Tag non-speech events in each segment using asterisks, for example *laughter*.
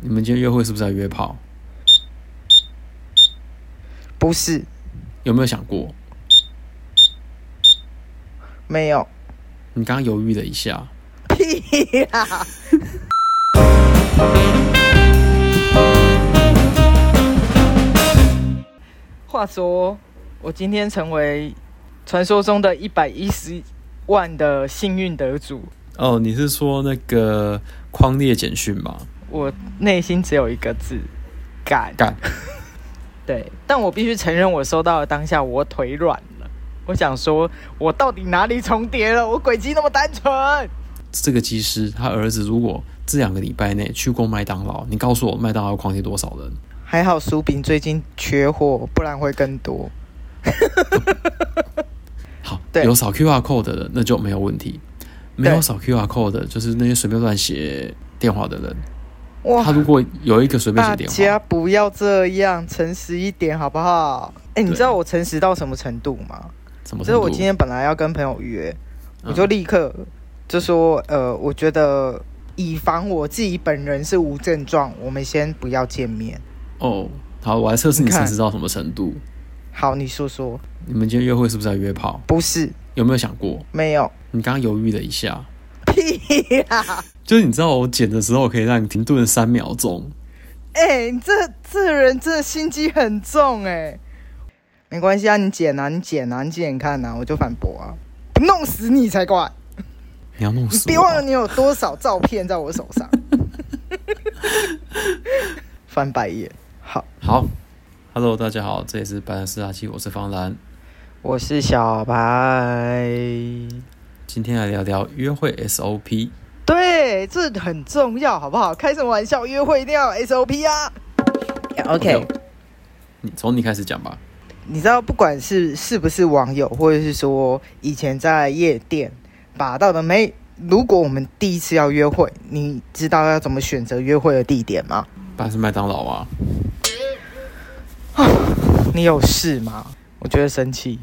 你们今天约会是不是在约炮？不是，有没有想过？没有，你刚刚犹豫了一下。屁啦！话说，我今天成为传说中的一百一十万的幸运得主，哦，你是说那个框列简讯吧？我内心只有一个字：敢。干， *laughs* 对，但我必须承认，我收到的当下我腿软了。我想说，我到底哪里重叠了？我轨迹那么单纯。这个技师他儿子如果这两个礼拜内去过麦当劳，你告诉我麦当劳框列多少人？还好薯饼最近缺货，不然会更多。好，对有扫 QR code 的人那就没有问题，没有扫 QR code 的，就是那些随便乱写电话的人，哇他如果有一个随便大写电话家，不要这样，诚实一点好不好？哎、你对知道我诚实到什么程度吗？怎么就是程我度今天本来要跟朋友约，嗯我就立刻就说，呃，我觉得以防我自己本人是无症状，我们先不要见面。哦，好，我来测试你你看诚实到什么程度。好，你说说，你们今天约会是不是在约炮？不是有没有想过？没有？ *laughs* 你刚刚犹豫了一下，屁啊啦！就是你知道我剪的时候可以让你停顿三秒钟，哎、你这这人真的心机很重哎、没关系啊，你剪啊，你剪啊，你剪看啊，我就反驳啊，不弄死你才怪！你要弄你死别我忘了啊。你有多少照片在我手 *laughs* 上。翻白眼。好，好，Hello，大家好，这里是白兰斯阿七，我是方兰，我是小白。今天来聊聊约会 SOP。对，这很重要，好不好？开什么玩笑？约会一定要有 SOP 啊。OK，你从你开始讲吧。你知道，不管是是不是网友，或者是说以前在夜店把到的妹，如果我们第一次要约会，你知道要怎么选择约会的地点吗？当然是麦当劳啊， *laughs* 你有事吗？我觉得生气。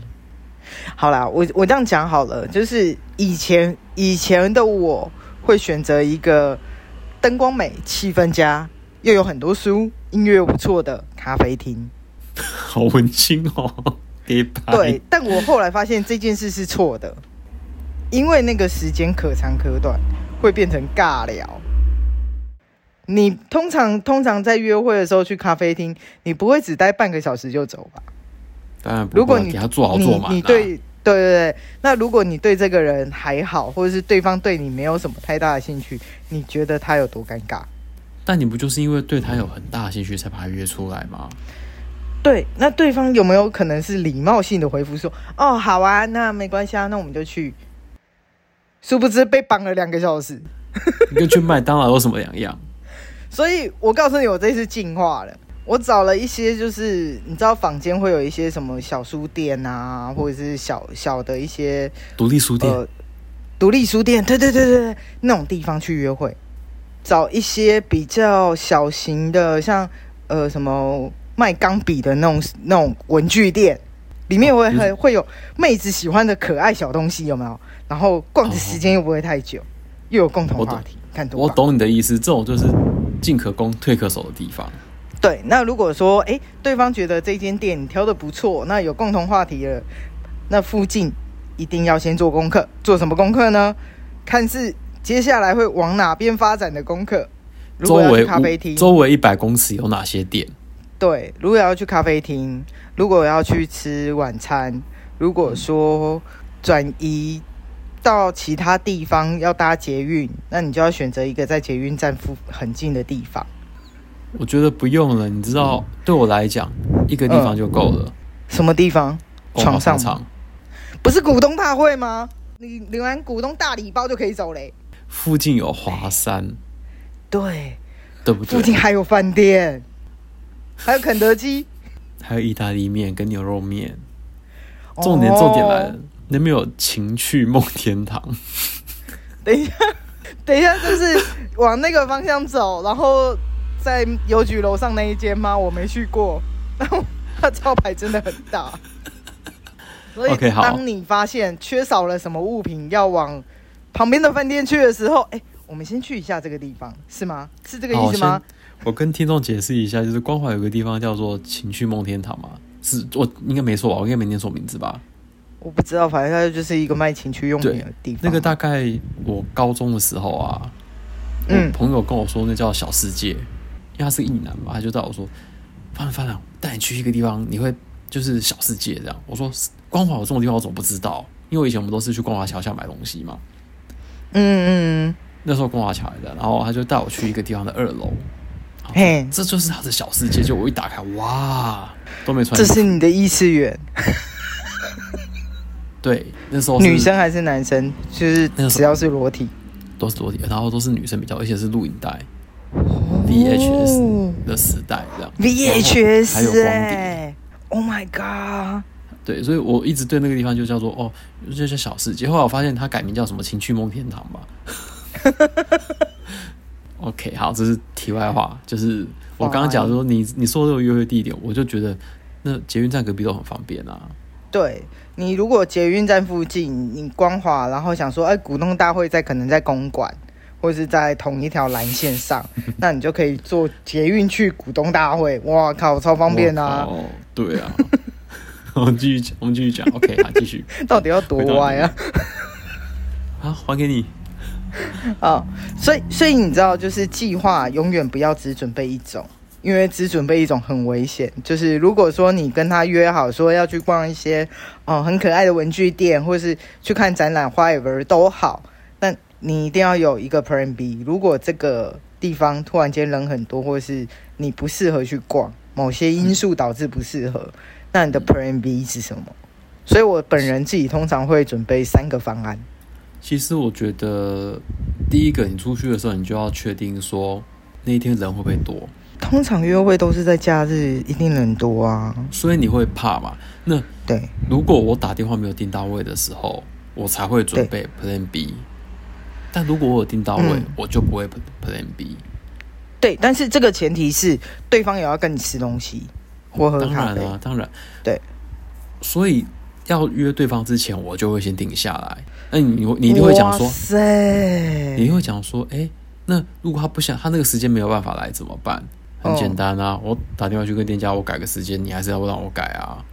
好啦，我我这样讲好了，就是以前以前的我会选择一个灯光美、气氛佳，又有很多书、音乐不错的咖啡厅。好文青哦， *laughs* 黑白。对，，但我后来发现这件事是错的，因为那个时间可长可短，会变成尬聊。你通常通常在约会的时候去咖啡厅，你不会只待半个小时就走吧？当然不会如果你给他做好做满、啊你你对对对对，那如果你对这个人还好，或者是对方对你没有什么太大的兴趣，你觉得他有多尴尬？但你不就是因为对他有很大的兴趣才把他约出来吗？ *laughs* 对，那对方有没有可能是礼貌性的回复说：“哦，好啊，那没关系啊，那我们就去。”殊不知被绑了两个小时，你跟去麦当劳有什么两样？所以我告诉你，我这次进化了。我找了一些，就是你知道坊间会有一些什么小书店啊，或者是小小的一些独立书店、呃，独立书店，对对对对对，那种地方去约会，找一些比较小型的，像呃什么卖钢笔的那种那种文具店，里面会哦就是很会有妹子喜欢的可爱小东西，有没有？然后逛的时间又不会太久，又有共哦我同懂话题，看多我棒懂你的意思，这种就是进可攻退可守的地方。对，那如果说诶对方觉得这间店你挑的不错，那有共同话题了，那附近一定要先做功课。做什么功课呢？看是接下来会往哪边发展的功课。如周果要围去咖啡厅五，周围一百公尺有哪些店？对，如果要去咖啡厅，如果要去吃晚餐，如果说转移到其他地方要搭捷运，那你就要选择一个在捷运站附很近的地方。我觉得不用了，你知道，嗯对我来讲，一个地方就够了。什么地方？光华商嗯床上场不是股东大会吗？你领完股东大礼包就可以走嘞。附近有华山，对，对不附对？近还有饭店，还有肯德基。还有意大利面跟牛肉面。 *laughs* 重点重点来了哦，那边有情趣梦天堂。等一下，等一下，就是 *laughs* 往那个方向走，然后在邮局楼上那一间吗？我没去过， *laughs* 但我它招牌真的很大。所以 OK，好当你发现缺少了什么物品，要往旁边的饭店去的时候，哎、我们先去一下这个地方，是吗？是这个好意思吗？先我跟听众解释一下，就是光华有个地方叫做情趣梦天堂嘛，是我应该没错吧？我应该没念错名字吧？我不知道，反正它就是一个卖情趣用品的地方。那个大概我高中的时候啊，我嗯朋友跟我说那叫小世界，因为他是异男嘛，他就带我说，范范啊，我带你去一个地方，你会就是小世界这样。我说光华有这种地方，我怎么不知道？因为我以前我们都是去光华桥下买东西嘛，嗯嗯那时候光华桥来的，然后他就带我去一个地方的二楼，然后嘿这就是他的小世界。就我一打开，哇，都没穿这衣服。是你的异次元，对，那时候哦是女生还是男生？就是那个时候只要是裸体都是裸体，然后都是女生比较，而且是录影带、VHS 的时代这样。哦还有，VHS 光碟，哎，Oh my god！对，所以我一直对那个地方就叫做哦，就叫小世界。后来我发现它改名叫什么情趣梦天堂吧。OK，好，这是题外话，就是我刚刚讲说你你说的这个约会地点，我就觉得那捷运站隔壁都很方便啊。对你如果捷运站附近，你光华，然后想说，哎，股东大会在可能在公馆。或是在同一条蓝 *laughs* 线上，那你就可以坐捷运去股东大会。哇靠，超方便啊！哦，对啊。 *laughs* 我们继续讲，我们继续讲。OK，好，继续。到底要多歪啊？好，还给你。啊、所以所以你知道，就是计划永远不要只准备一种，因为只准备一种很危险。就是如果说你跟他约好说要去逛一些哦、很可爱的文具店，或是去看展览，whatever 都好，但你一定要有一个 Plan B。如果这个地方突然间人很多，或是你不适合去逛，某些因素导致不适合，那你的 Plan B 是什么？所以我本人自己通常会准备三个方案。其实我觉得，第一个，你出去的时候，你就要确定说那一天人会不会多，通常约会都是在假日，一定人多啊。所以你会怕嘛？那对，如果我打电话没有订到位的时候，我才会准备 Plan B。但如果我有订到位，嗯我就不会 Plan B。对，但是这个前提是对方也要跟你吃东西或喝当咖然啡。啊，当然，对。所以要约对方之前，我就会先定下来。那你你一定会讲说哇，塞，你一定会讲说，哎、那如果他不想，他那个时间没有办法来怎么办？很哦简单啊，我打电话去跟店家，我改个时间，你还是要让我改啊。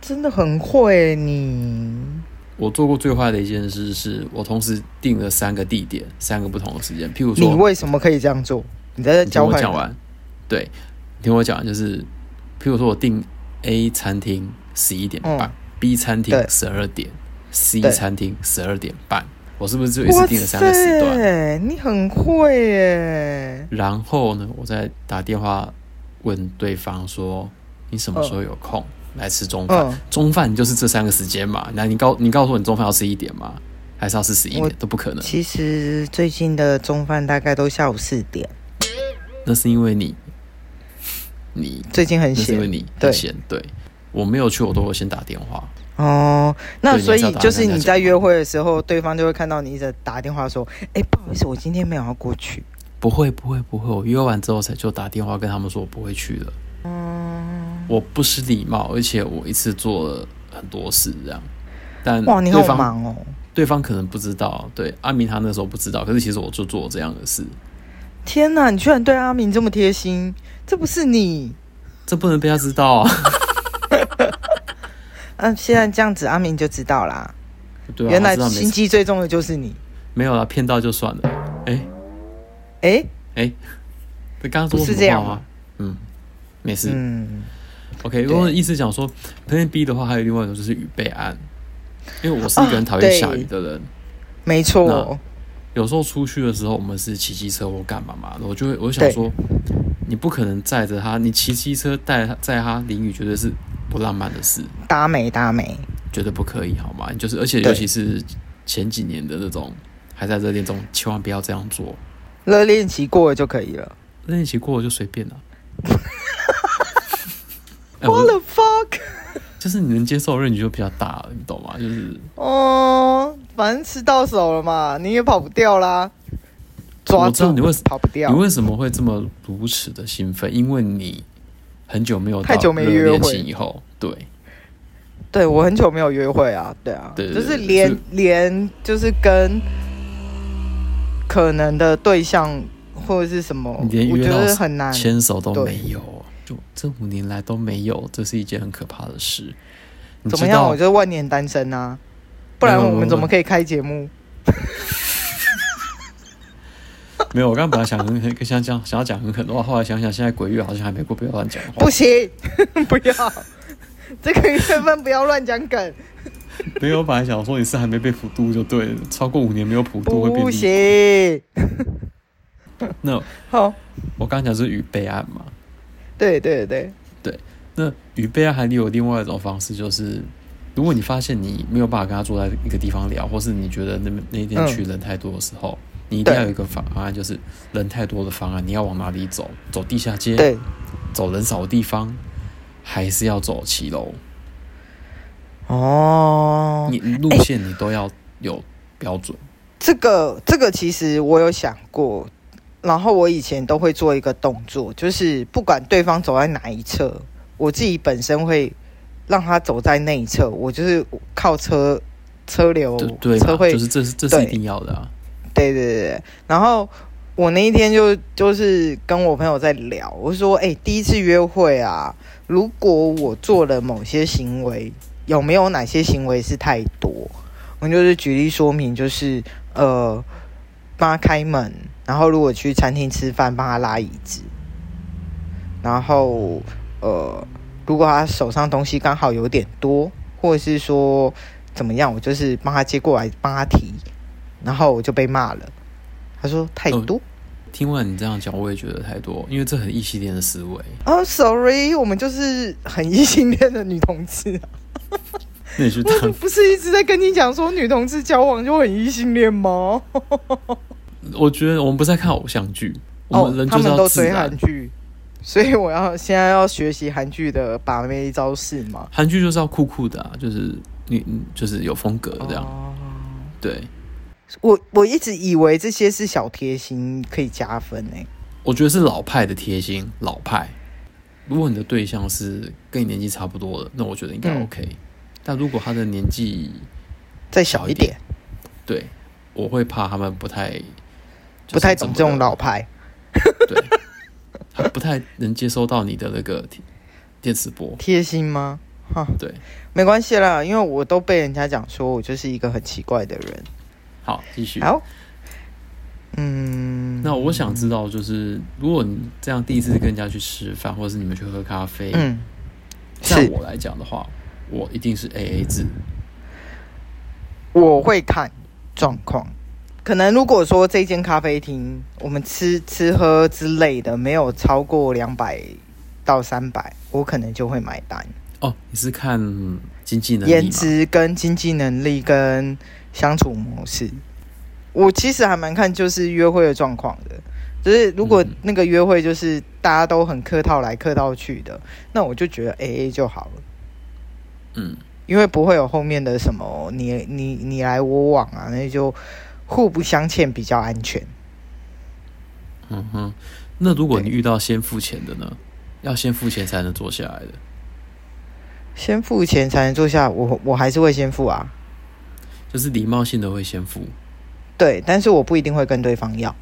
真的很会欸你。我做过最坏的一件事是，我同时定了三个地点，三个不同的时间。譬如你说，为什么可以这样做？你在你听交我换讲完，对，你听我讲完，就是譬如说我订 A 餐厅十一点半、嗯 b 餐厅对十二点，C 对餐厅十二点半，我是不是就一哇次定了三个时段？塞，你很会欸耶。然后呢，我再打电话问对方说：“你什么时候有空、来吃中饭？”嗯中饭就是这三个时间嘛。那你告你告诉我，你中饭要吃一点吗？还是要吃十一点我？都不可能。其实最近的中饭大概都下午四点，那是因为你，你最近那很是因为闲你对很闲。对，我没有去，我都会先打电话。哦。那对所你还是要以打就是人家你讲在话约会的时候，对方就会看到你一直打电话说：“哎，不好意思，我今天没有要过去。”不会，不会，不会。我约完之后才就打电话跟他们说我不会去了。嗯，我不失礼貌，而且我一次做了很多事这样。但哇，你对好方忙哦！对方可能不知道，对阿明他那时候不知道，可是其实我就做这样的事，天哪，你居然对阿明这么贴心，这不是你？这不能被他知道啊， *laughs* 嗯、现在这样子，阿明就知道啦。对啊，原他来知道没心机最重的就是你。没有啦，骗到就算了，哎、哎，哎、这刚刚说不是什么这样话吗吗？嗯，没事。嗯， OK，对我的意思讲说，Plan B 的话，还有另外一种就是雨备案，因为我是一个很讨厌啊下雨的人。没错。有时候出去的时候，我们是骑机车或干嘛嘛的，我就会我就想对说，你不可能载着他，你骑机车带他载他淋雨，绝对是不浪漫的事。搭美搭美，绝对不可以，好吗？就是而且对尤其是前几年的那种还在热恋中，千万不要这样做。热恋期过了就可以了。热恋期过了就随 *laughs* 便了。哎我 What the fuck？就是你能接受的任你就比较大了，你懂吗？就是哦，反正吃到手了嘛，你也跑不掉啦。抓我知道住你为跑不掉你，为什么会这么如此的兴奋？因为你很久没有太久没约会热恋期以后，对对我很久没有约会啊，对啊，对对就是对连是连就是跟可能的对象或者是什么，你连我约觉到得很难。牵手都没有，就这五年来都没有，这是一件很可怕的事。你怎么知样？道我就是万年单身啊，不然没有我没们有怎么可以开节目？没有，我刚刚本来想很很想讲想要讲很狠的话，后来想想现在鬼月好像还没过，不要乱讲话。不行， *laughs* 不要，这个月份不要乱讲梗，没有，我本来想说你是还没被普渡就对了，超过五年没有普渡会变不厉行。那好，我刚刚讲是与备案嘛，对对对，那与备案还有另外一种方式，就是如果你发现你没有办法跟他坐在一个地方聊，或是你觉得那那一天去人太多的时候，你一定对要有一个方案，就是人太多的方案，你要往哪里走？走地下街，对，走人少的地方，还是要走骑楼？哦，你路线你都要有标准。这个这个其实我有想过，然后我以前都会做一个动作，就是不管对方走在哪一侧，我自己本身会让他走在那一侧，我就是靠车车流对对哎车嘛，会就是这是这是一对定要的啊。对对对对，然后我那一天就就是跟我朋友在聊，我说：“哎、第一次约会啊，如果我做了某些行为，有没有哪些行为是太多？”我们就是举例说明，就是呃，帮他开门，然后如果去餐厅吃饭，帮他拉椅子，然后呃，如果他手上东西刚好有点多，或者是说怎么样，我就是帮他接过来，帮他提，然后我就被骂了。他说太嗯多。听完你这样讲，我也觉得太多，因为这很异系列的思 *laughs* 维。哦、s o r r y 我们就是很异性恋的女同志啊、那你去我当，不是一直在跟你讲说女同志交往就很异性恋吗？我觉得我们不是在看偶像剧， *laughs* 我们人哦他就是们要都自追然韩。剧，所以我要现在要学习韩剧的把妹招式嘛。韩剧就是要酷酷的、啊，就是你你就是有风格这样。哦对，我我一直以为这些是小贴心可以加分欸诶、我觉得是老派的贴心，老派。如果你的对象是跟你年纪差不多的，那我觉得应该嗯 OK。但如果他的年纪再小一点，对，我会怕他们不太、就是不太懂这么种的老派。对，他不太能接收到你的那个电电磁波。贴心吗？哈，对，没关系啦，因为我都被人家讲说我就是一个很奇怪的人。好，继续。好，嗯，那我想知道，就是如果你这样第一次跟人家去吃饭，或者是你们去喝咖啡，嗯，像是我来讲的话，我一定是 A A 制。我会看状况。可能如果说这间咖啡厅我们吃吃喝之类的没有超过两百到三百，我可能就会买单。哦，你是看经济能力吗颜值跟经济能力跟相处模式，我其实还蛮看就是约会的状况的。就是如果嗯那个约会就是大家都很客套来客套去的，那我就觉得 A A 就好了，嗯，因为不会有后面的什么你你你来我往啊，那就互不相欠比较安全。嗯哼。那如果你对遇到先付钱的嗯呢？要先付钱才能坐下来的。先付钱才能坐下，我我还是会先付啊，就是礼貌性的会先付对，但是我不一定会跟对方要。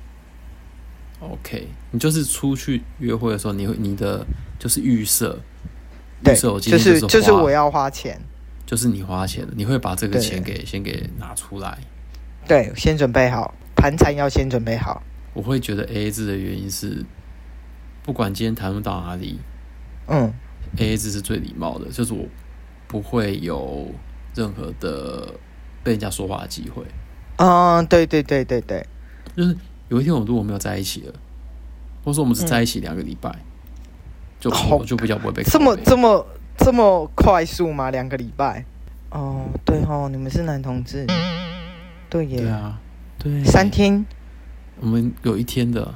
，OK。你就是出去约会的时候，你会你的就是预设，预对，设我今就天是就是花我要花钱，就是你花钱的，你会把这个对钱给先给拿出来。对，先准备好盘缠要先准备好。我会觉得 A A 制的原因是，不管今天谈论到哪里嗯， ，A A 制是最礼貌的，就是我不会有任何的被人家说话的机会。嗯，对对对对对，就是有一天我如果没有在一起了，或者说我们只在一起两个礼拜，就好我就比较不会被哦这靠么背这么这么快速吗？两个礼拜？哦，对哦，你们是男同志，对耶，对啊，对三，天。我们有一天的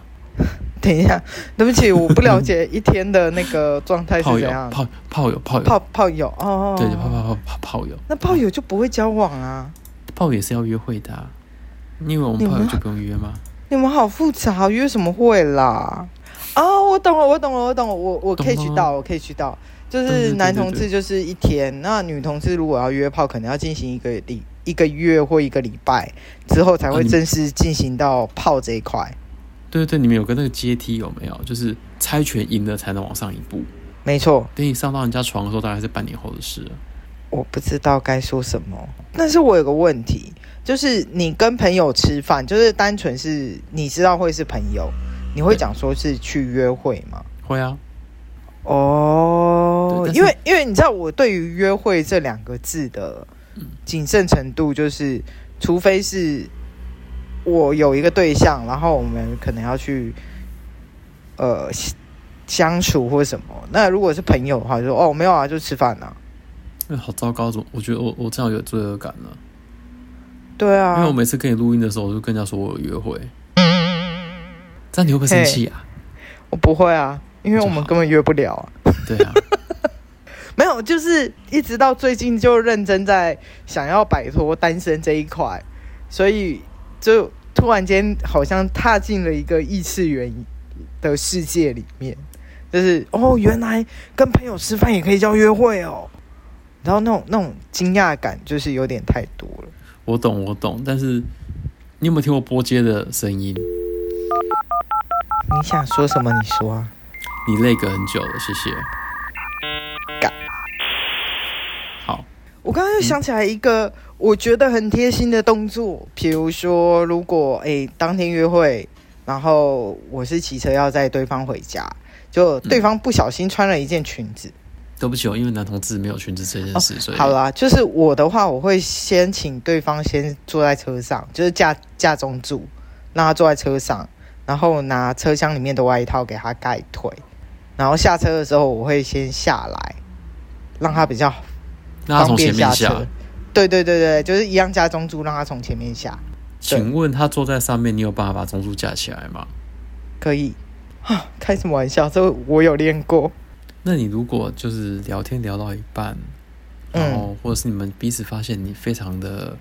等一下，对不起，我不 *laughs* 了解一天的那个状态炮是友怎样。炮炮友炮友，泡泡友哦，对炮炮炮炮友，那泡友就不会交往啊？炮友也是要约会的、啊，你以为我你们炮们友就不用约吗？你们好复杂，约什么会啦？哦，我懂了，我懂了，我懂了，我我懂可以去吗到，我可以去到。就对对是对男对同对志就是一天，那女同志如果要约炮，可能要进行一个礼一个月或一个礼拜之后才啊会你正式进行到炮这一块。对对对，你们有个那个阶梯有没有？就是猜拳赢了才能往上一步。没错，等你上到人家床的时候，大概是半年后的事了。我不知道该说什么，但是我有个问题，就是你跟朋友吃饭，就是单纯是你知道会是朋友，你会对讲说是去约会吗？会啊，哦，对但是因为因为你知道我对于约会这两个字的嗯谨慎程度，就是除非是我有一个对象，然后我们可能要去呃相处或什么。那如果是朋友的话，就说哦没有啊，就吃饭啊。那好糟糕，怎么？我觉得我我这样有罪恶感了。对因为我啊，每次跟你录音的时候，我就跟人家说我有约会，这样你会不会生气啊？我不会啊，因为我们根本约不了啊。对 *laughs* 啊，没有，就是一直到最近就认真在想要摆脱单身这一块，所以就突然间好像踏进了一个异次元的世界里面，就是哦，原来跟朋友吃饭也可以叫约会哦，然后那种那种惊讶感就是有点太多了。我懂我懂，但是你有没有听过波接的声音？你想说什么？你说啊。你累个很久了，谢谢。干好，我刚刚又想起来一个我觉得很贴心的动作，比如说，如果诶当天约会，然后我是骑车要载对方回家，就对方不小心穿了一件裙子，对不起哦，因为男同志没有裙子这件事，所以哦好啦，就是我的话，我会先请对方先坐在车上，就是架架中柱，让他坐在车上，然后拿车厢里面的外套给他盖腿，然后下车的时候我会先下来，让他比较那他方从便前面下下车。对对对对，就是一样加中柱，让他从前面下，请问他坐在上面，你有办法把中柱架起来吗？可以。 *sighs* 啊，开什么玩笑？这我有练过。那你如果就是聊天聊到一半，然嗯，后或者是你们彼此发现你非常的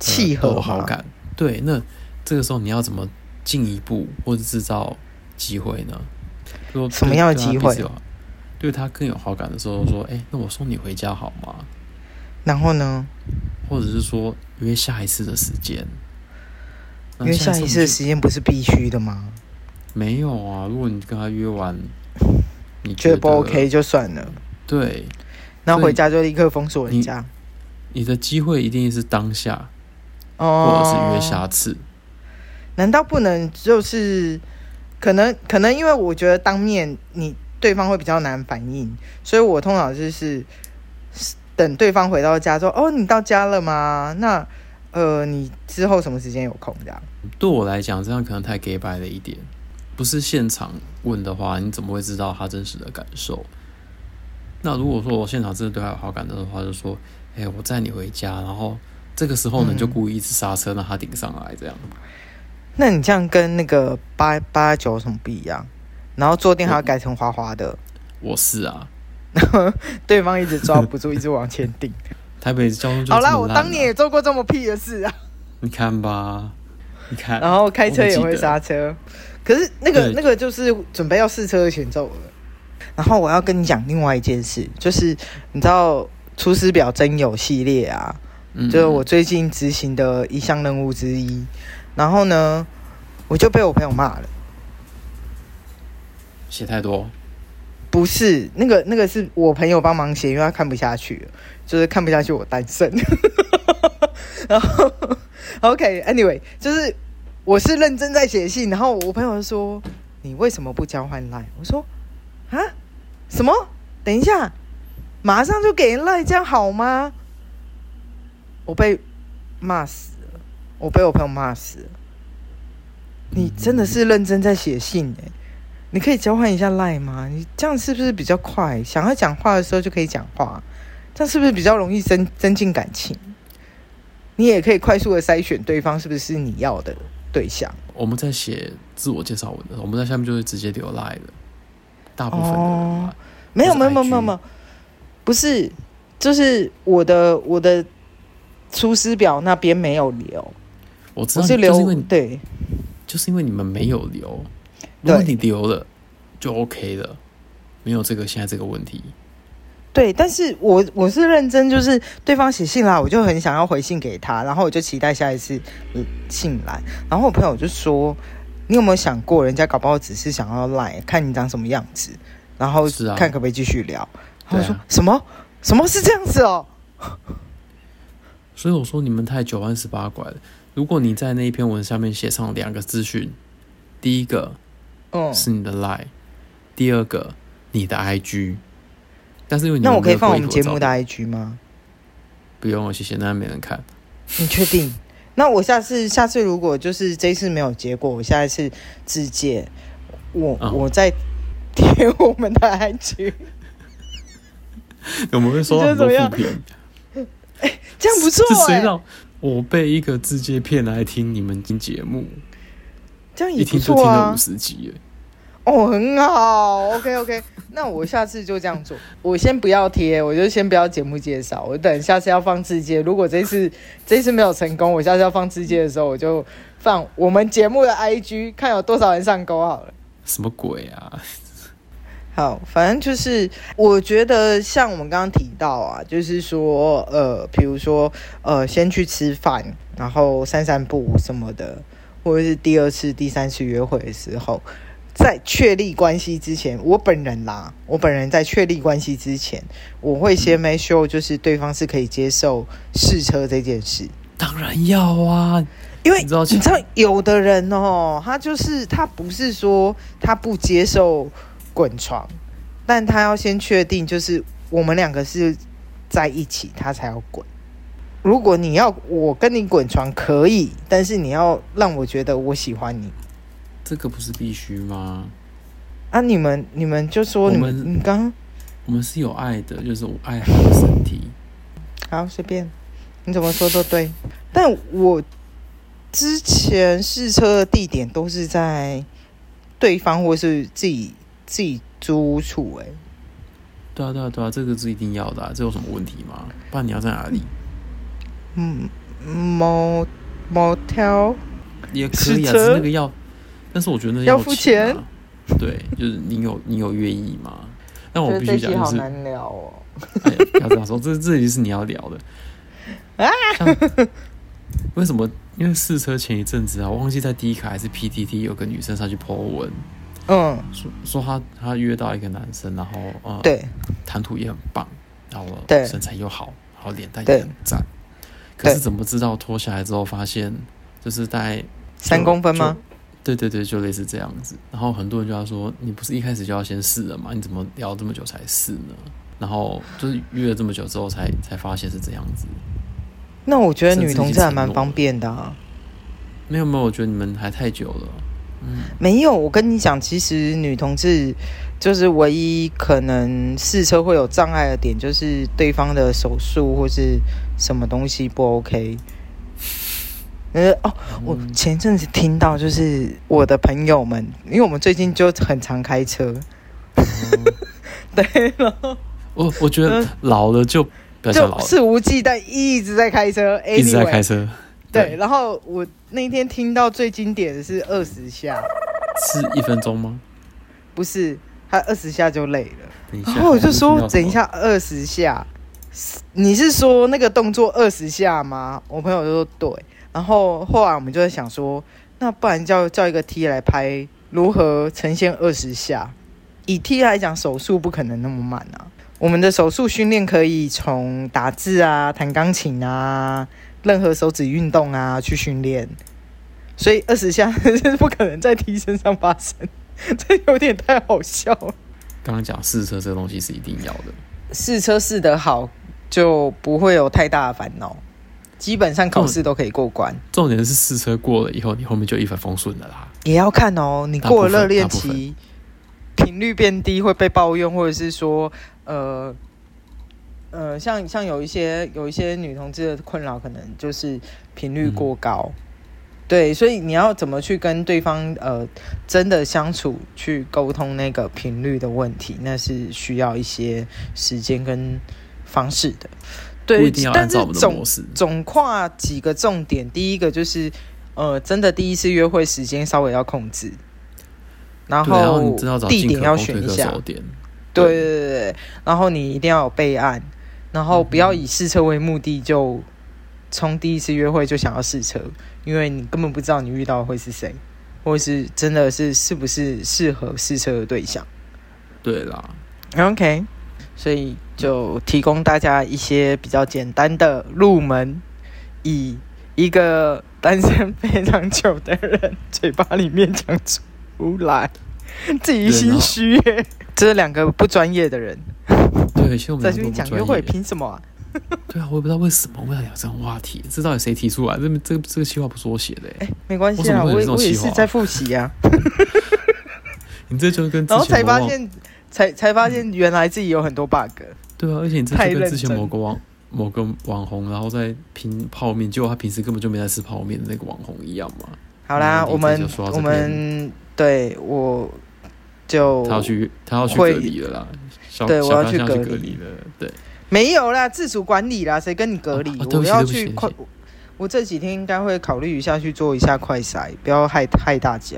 契呃合有好嘛。感，对，那这个时候你要怎么进一步或者制造机会呢？如果对什么样的对他机彼会此有对他更有好感的时候，说：“哎、那我送你回家好吗？”然后呢？或者是说约下一次的时间。那嗯因为下一次的我们去时间不是必须的吗？没有啊，如果你跟他约完，你觉得得不 OK 就算了，对，然后回家就立刻封锁人家，你的机会一定是当下，或哦，者是约下次。难道不能就是可能可能因为我觉得当面你对方会比较难反应，所以我通常就是等对方回到家说：“哦，你到家了吗？那呃，你之后什么时间有空？”这样对我来讲，这样可能太 gay 白了一点。不是现场问的话，你怎么会知道他真实的感受？那如果说我现场真的对他有好感的话，就说：“哎、我载你回家。”然后这个时候呢，嗯就故意一直刹车让他顶上来，这样。那你这样跟那个八八九有什么不一样？然后坐垫还要改成滑滑的，我是啊，对方一直抓不住，一直往前 *laughs* 顶。台北交通就好这啦，么我烂当啊年也做过这么屁的事啊。你看吧，你看，然后开车也啊我会不记得刹车，可是那个对那个就是准备要试车的前奏了。然后我要跟你讲另外一件事，就是你知道《出师表真友》系列啊，嗯就是我最近执行的一项任务之一。然后呢，我就被我朋友骂了。写太多，不是那个那个是我朋友帮忙写，因为他看不下去了，就是看不下去我单身。 *laughs* 然后 OK，Anyway，、就是我是认真在写信，然后我朋友就说你为什么不交换赖？我说啊什么？等一下，马上就给赖，这样好吗？我被骂死了，我被我朋友骂死了。你真的是认真在写信哎、你可以交换一下赖吗？你这样是不是比较快？想要讲话的时候就可以讲话，这样是不是比较容易增增进感情？你也可以快速的筛选对方是不是你要的对象。我们在写自我介绍文的时候，我们在下面就会直接留 lie 的，大部分的人啊啦哦没有或没者有没有 IG 没有没有，不是，就是我的我的出师表那边没有留，我知我道是你，哦就是因留为你对就是因为你们没有留，如果对你留了，就 OK 了，没有这个现在这个问题。对，但是我我是认真，就是对方写信来，我就很想嗯要回信给他，然后我就期待下一次、呃、信来。然后我朋友就说：“你有没有想过，人家搞不好只是想要赖，看你长什么样子，然后是啊看可不可以继续聊。他对啊们说、什么？什么是这样子哦？所以我说你们太九弯十八拐了。如果你在那一篇文下面写上两个资讯，第一个嗯，是你的 Line，、第二个你的 IG，但是因为你那们我可以没有放我规们格节目的照 IG 吗？不用了，谢谢，那没人看。你确定？那我下次下次如果就是这一次没有结果，我下一次自荐，我、嗯我再贴我们的 IG，我们会收到很多你觉得负怎评，这 *laughs* 样不错是谁哎、让我被一个字界骗来听你们听节目，这样一也不听就听错了啊五。十集耶。哦，很好，OK OK，那我下次就这样做。我先不要贴，我就先不要节目介绍，我等下次要放自介。如果这次这次没有成功，我下次要放自介的时候，我就放我们节目的 IG，看有多少人上钩好了。什么鬼啊？好，反正就是我觉得像我们刚刚提到啊，就是说呃，比如说呃，先去吃饭，然后散散步什么的，或者是第二次、第三次约会的时候，在确立关系之前，我本人啦，我本人在确立关系之前，我会先 make sure 就是对方是可以接受试车这件事。当然要啊！因为你知道哎你知道有的人哦，他就是他不是说他不接受滚床，但他要先确定就是我们两个是在一起，他才要滚。如果你要我跟你滚床可以，但是你要让我觉得我喜欢你这个不是必须吗？啊！你们你们就说你我们们你刚我们是有爱的，就是我爱他的身体。好随便，你怎么说都对。但我之前试车的地点都是在对方或是自己自己租屋处、欸，对啊，对啊，对啊，这个是一定要的、啊，这有什么问题吗？不然你要在哪里？嗯，mo motel 也可以啊，试车只是那个要，但是我觉得那个要付付钱啊、对，就是你有你有愿意吗？但我必须讲，就是难聊哦。哎呀不要这样说，这这里是你要聊的。啊像为什么？因为试车前一阵子啊，我忘记在第一卡还是 PTT 有个女生上去 po 文，嗯，说说她她约到一个男生，然后呃，对，谈吐也很棒，然后对身材又好，然后脸蛋也对很赞。可是对怎么知道脱下来之后发现，就是大概三公分吗？对对对，就类似这样子。然后很多人就要说，你不是一开始就要先试了吗？你怎么聊这么久才试呢？然后就是约了这么久之后才才发现是这样子。那我觉得甚至女同已志经还承蛮诺方了便的啊。没有没有，我觉得你们还太久了。嗯，没有，我跟你讲，其实女同志就是唯一可能试车会有障碍的点，就是对方的手术或是什么东西不 OK。呃哦，我嗯前阵子听到，就是我的朋友们，因为我们最近就很常开车， *laughs* 对，然后我我觉得老了就不要讲老嗯就了，肆无忌惮一直在开车，anyway, 一直在开车。对，，然后我那天听到最经典的是二十下，是一分钟吗？不是他二十下就累了。等一下，然后我哦就听说到，什么等一下，二十下，你是说那个动作二十下吗？我朋友就说对，然后后来我们就在想说，那不然叫叫一个 T 来拍如何呈现二十下？以 T 来讲，手速不可能那么慢啊。我们的手速训练可以从打字啊、弹钢琴啊、任何手指运动啊去训练，所以二十下 *laughs* 是不可能在 T 身上发生，这有点太好笑了。刚刚讲试车这个东西是一定要的。试车试得好，就不会有太大的烦恼，基本上考试都可以过关。重点是试车过了以后，你后面就一帆风顺了啦。也要看哦，你大部分过了热恋大部期，频率变低会被抱怨，或者是说，呃，呃，像像有一些有一些女同志的困扰，可能就是频率过高。对，所以你要怎么去跟对方呃真的相处，去沟通那个频率的问题，那是需要一些时间跟方式的。不对一定要，按但是照我们的总模式。总跨几个重点，第一个就是，呃，真的第一次约会时间稍微要控制，然对，然后你后知道找地进点可要攻退选一可下守，点。对对对对，然后你一定要有备案，然后不要以试车为目的就从第一次约会就想要试车，因为你根本不知道你遇到的会是谁。或是真的是是不是适合试车的对象。对啦， OK，所以就提供大家一些比较简单的入门，以一个单身非常久的人嘴巴里面讲出来，自己心虚耶。这两个不专业的人对，其实我在们两这个边讲都约不专会，业。凭什么啊？对啊，我也不知道为什么会聊这种话题，这到底谁提出来？这这这个计划不是我写的、欸，没关系啊，我我怎么会有这种也我也计划是在复习啊，你这就跟之然后才前某发网现，才才发现原来自己有很多 bug。对啊，而且你这太就跟认之前真某个网某个网红，然后在拼泡面，结果他平时根本就没在吃泡面的那个网红一样嘛。好啦，嗯我这们就说到这我们对我就他要去他要去隔哦会离了啦，小对小我要刚去现在隔去隔离离了，对，没有啦，自主管理啦，谁跟你隔离？哦哦对不我起要对不起去对不快起，我这几天应该会考虑一下去做一下快筛，不要害害大家。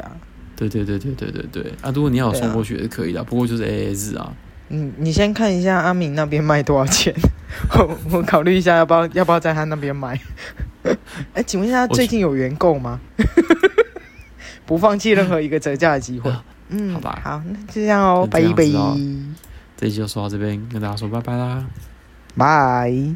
对对对对对对对啊！如果你要有送过去也是可以的，不过就是 A A 制啊。你你先看一下阿明那边卖多少钱， *laughs* 我我考虑一下要不要要不要在他那边买。 *laughs* 哎，请问一下，我最近有原购吗？ *laughs* 不放弃任何一个折价的机会啊。*laughs* 嗯，好吧好，那就这样哦，那拜这样拜子咯这一集就说到这边，跟大家说拜拜啦。拜。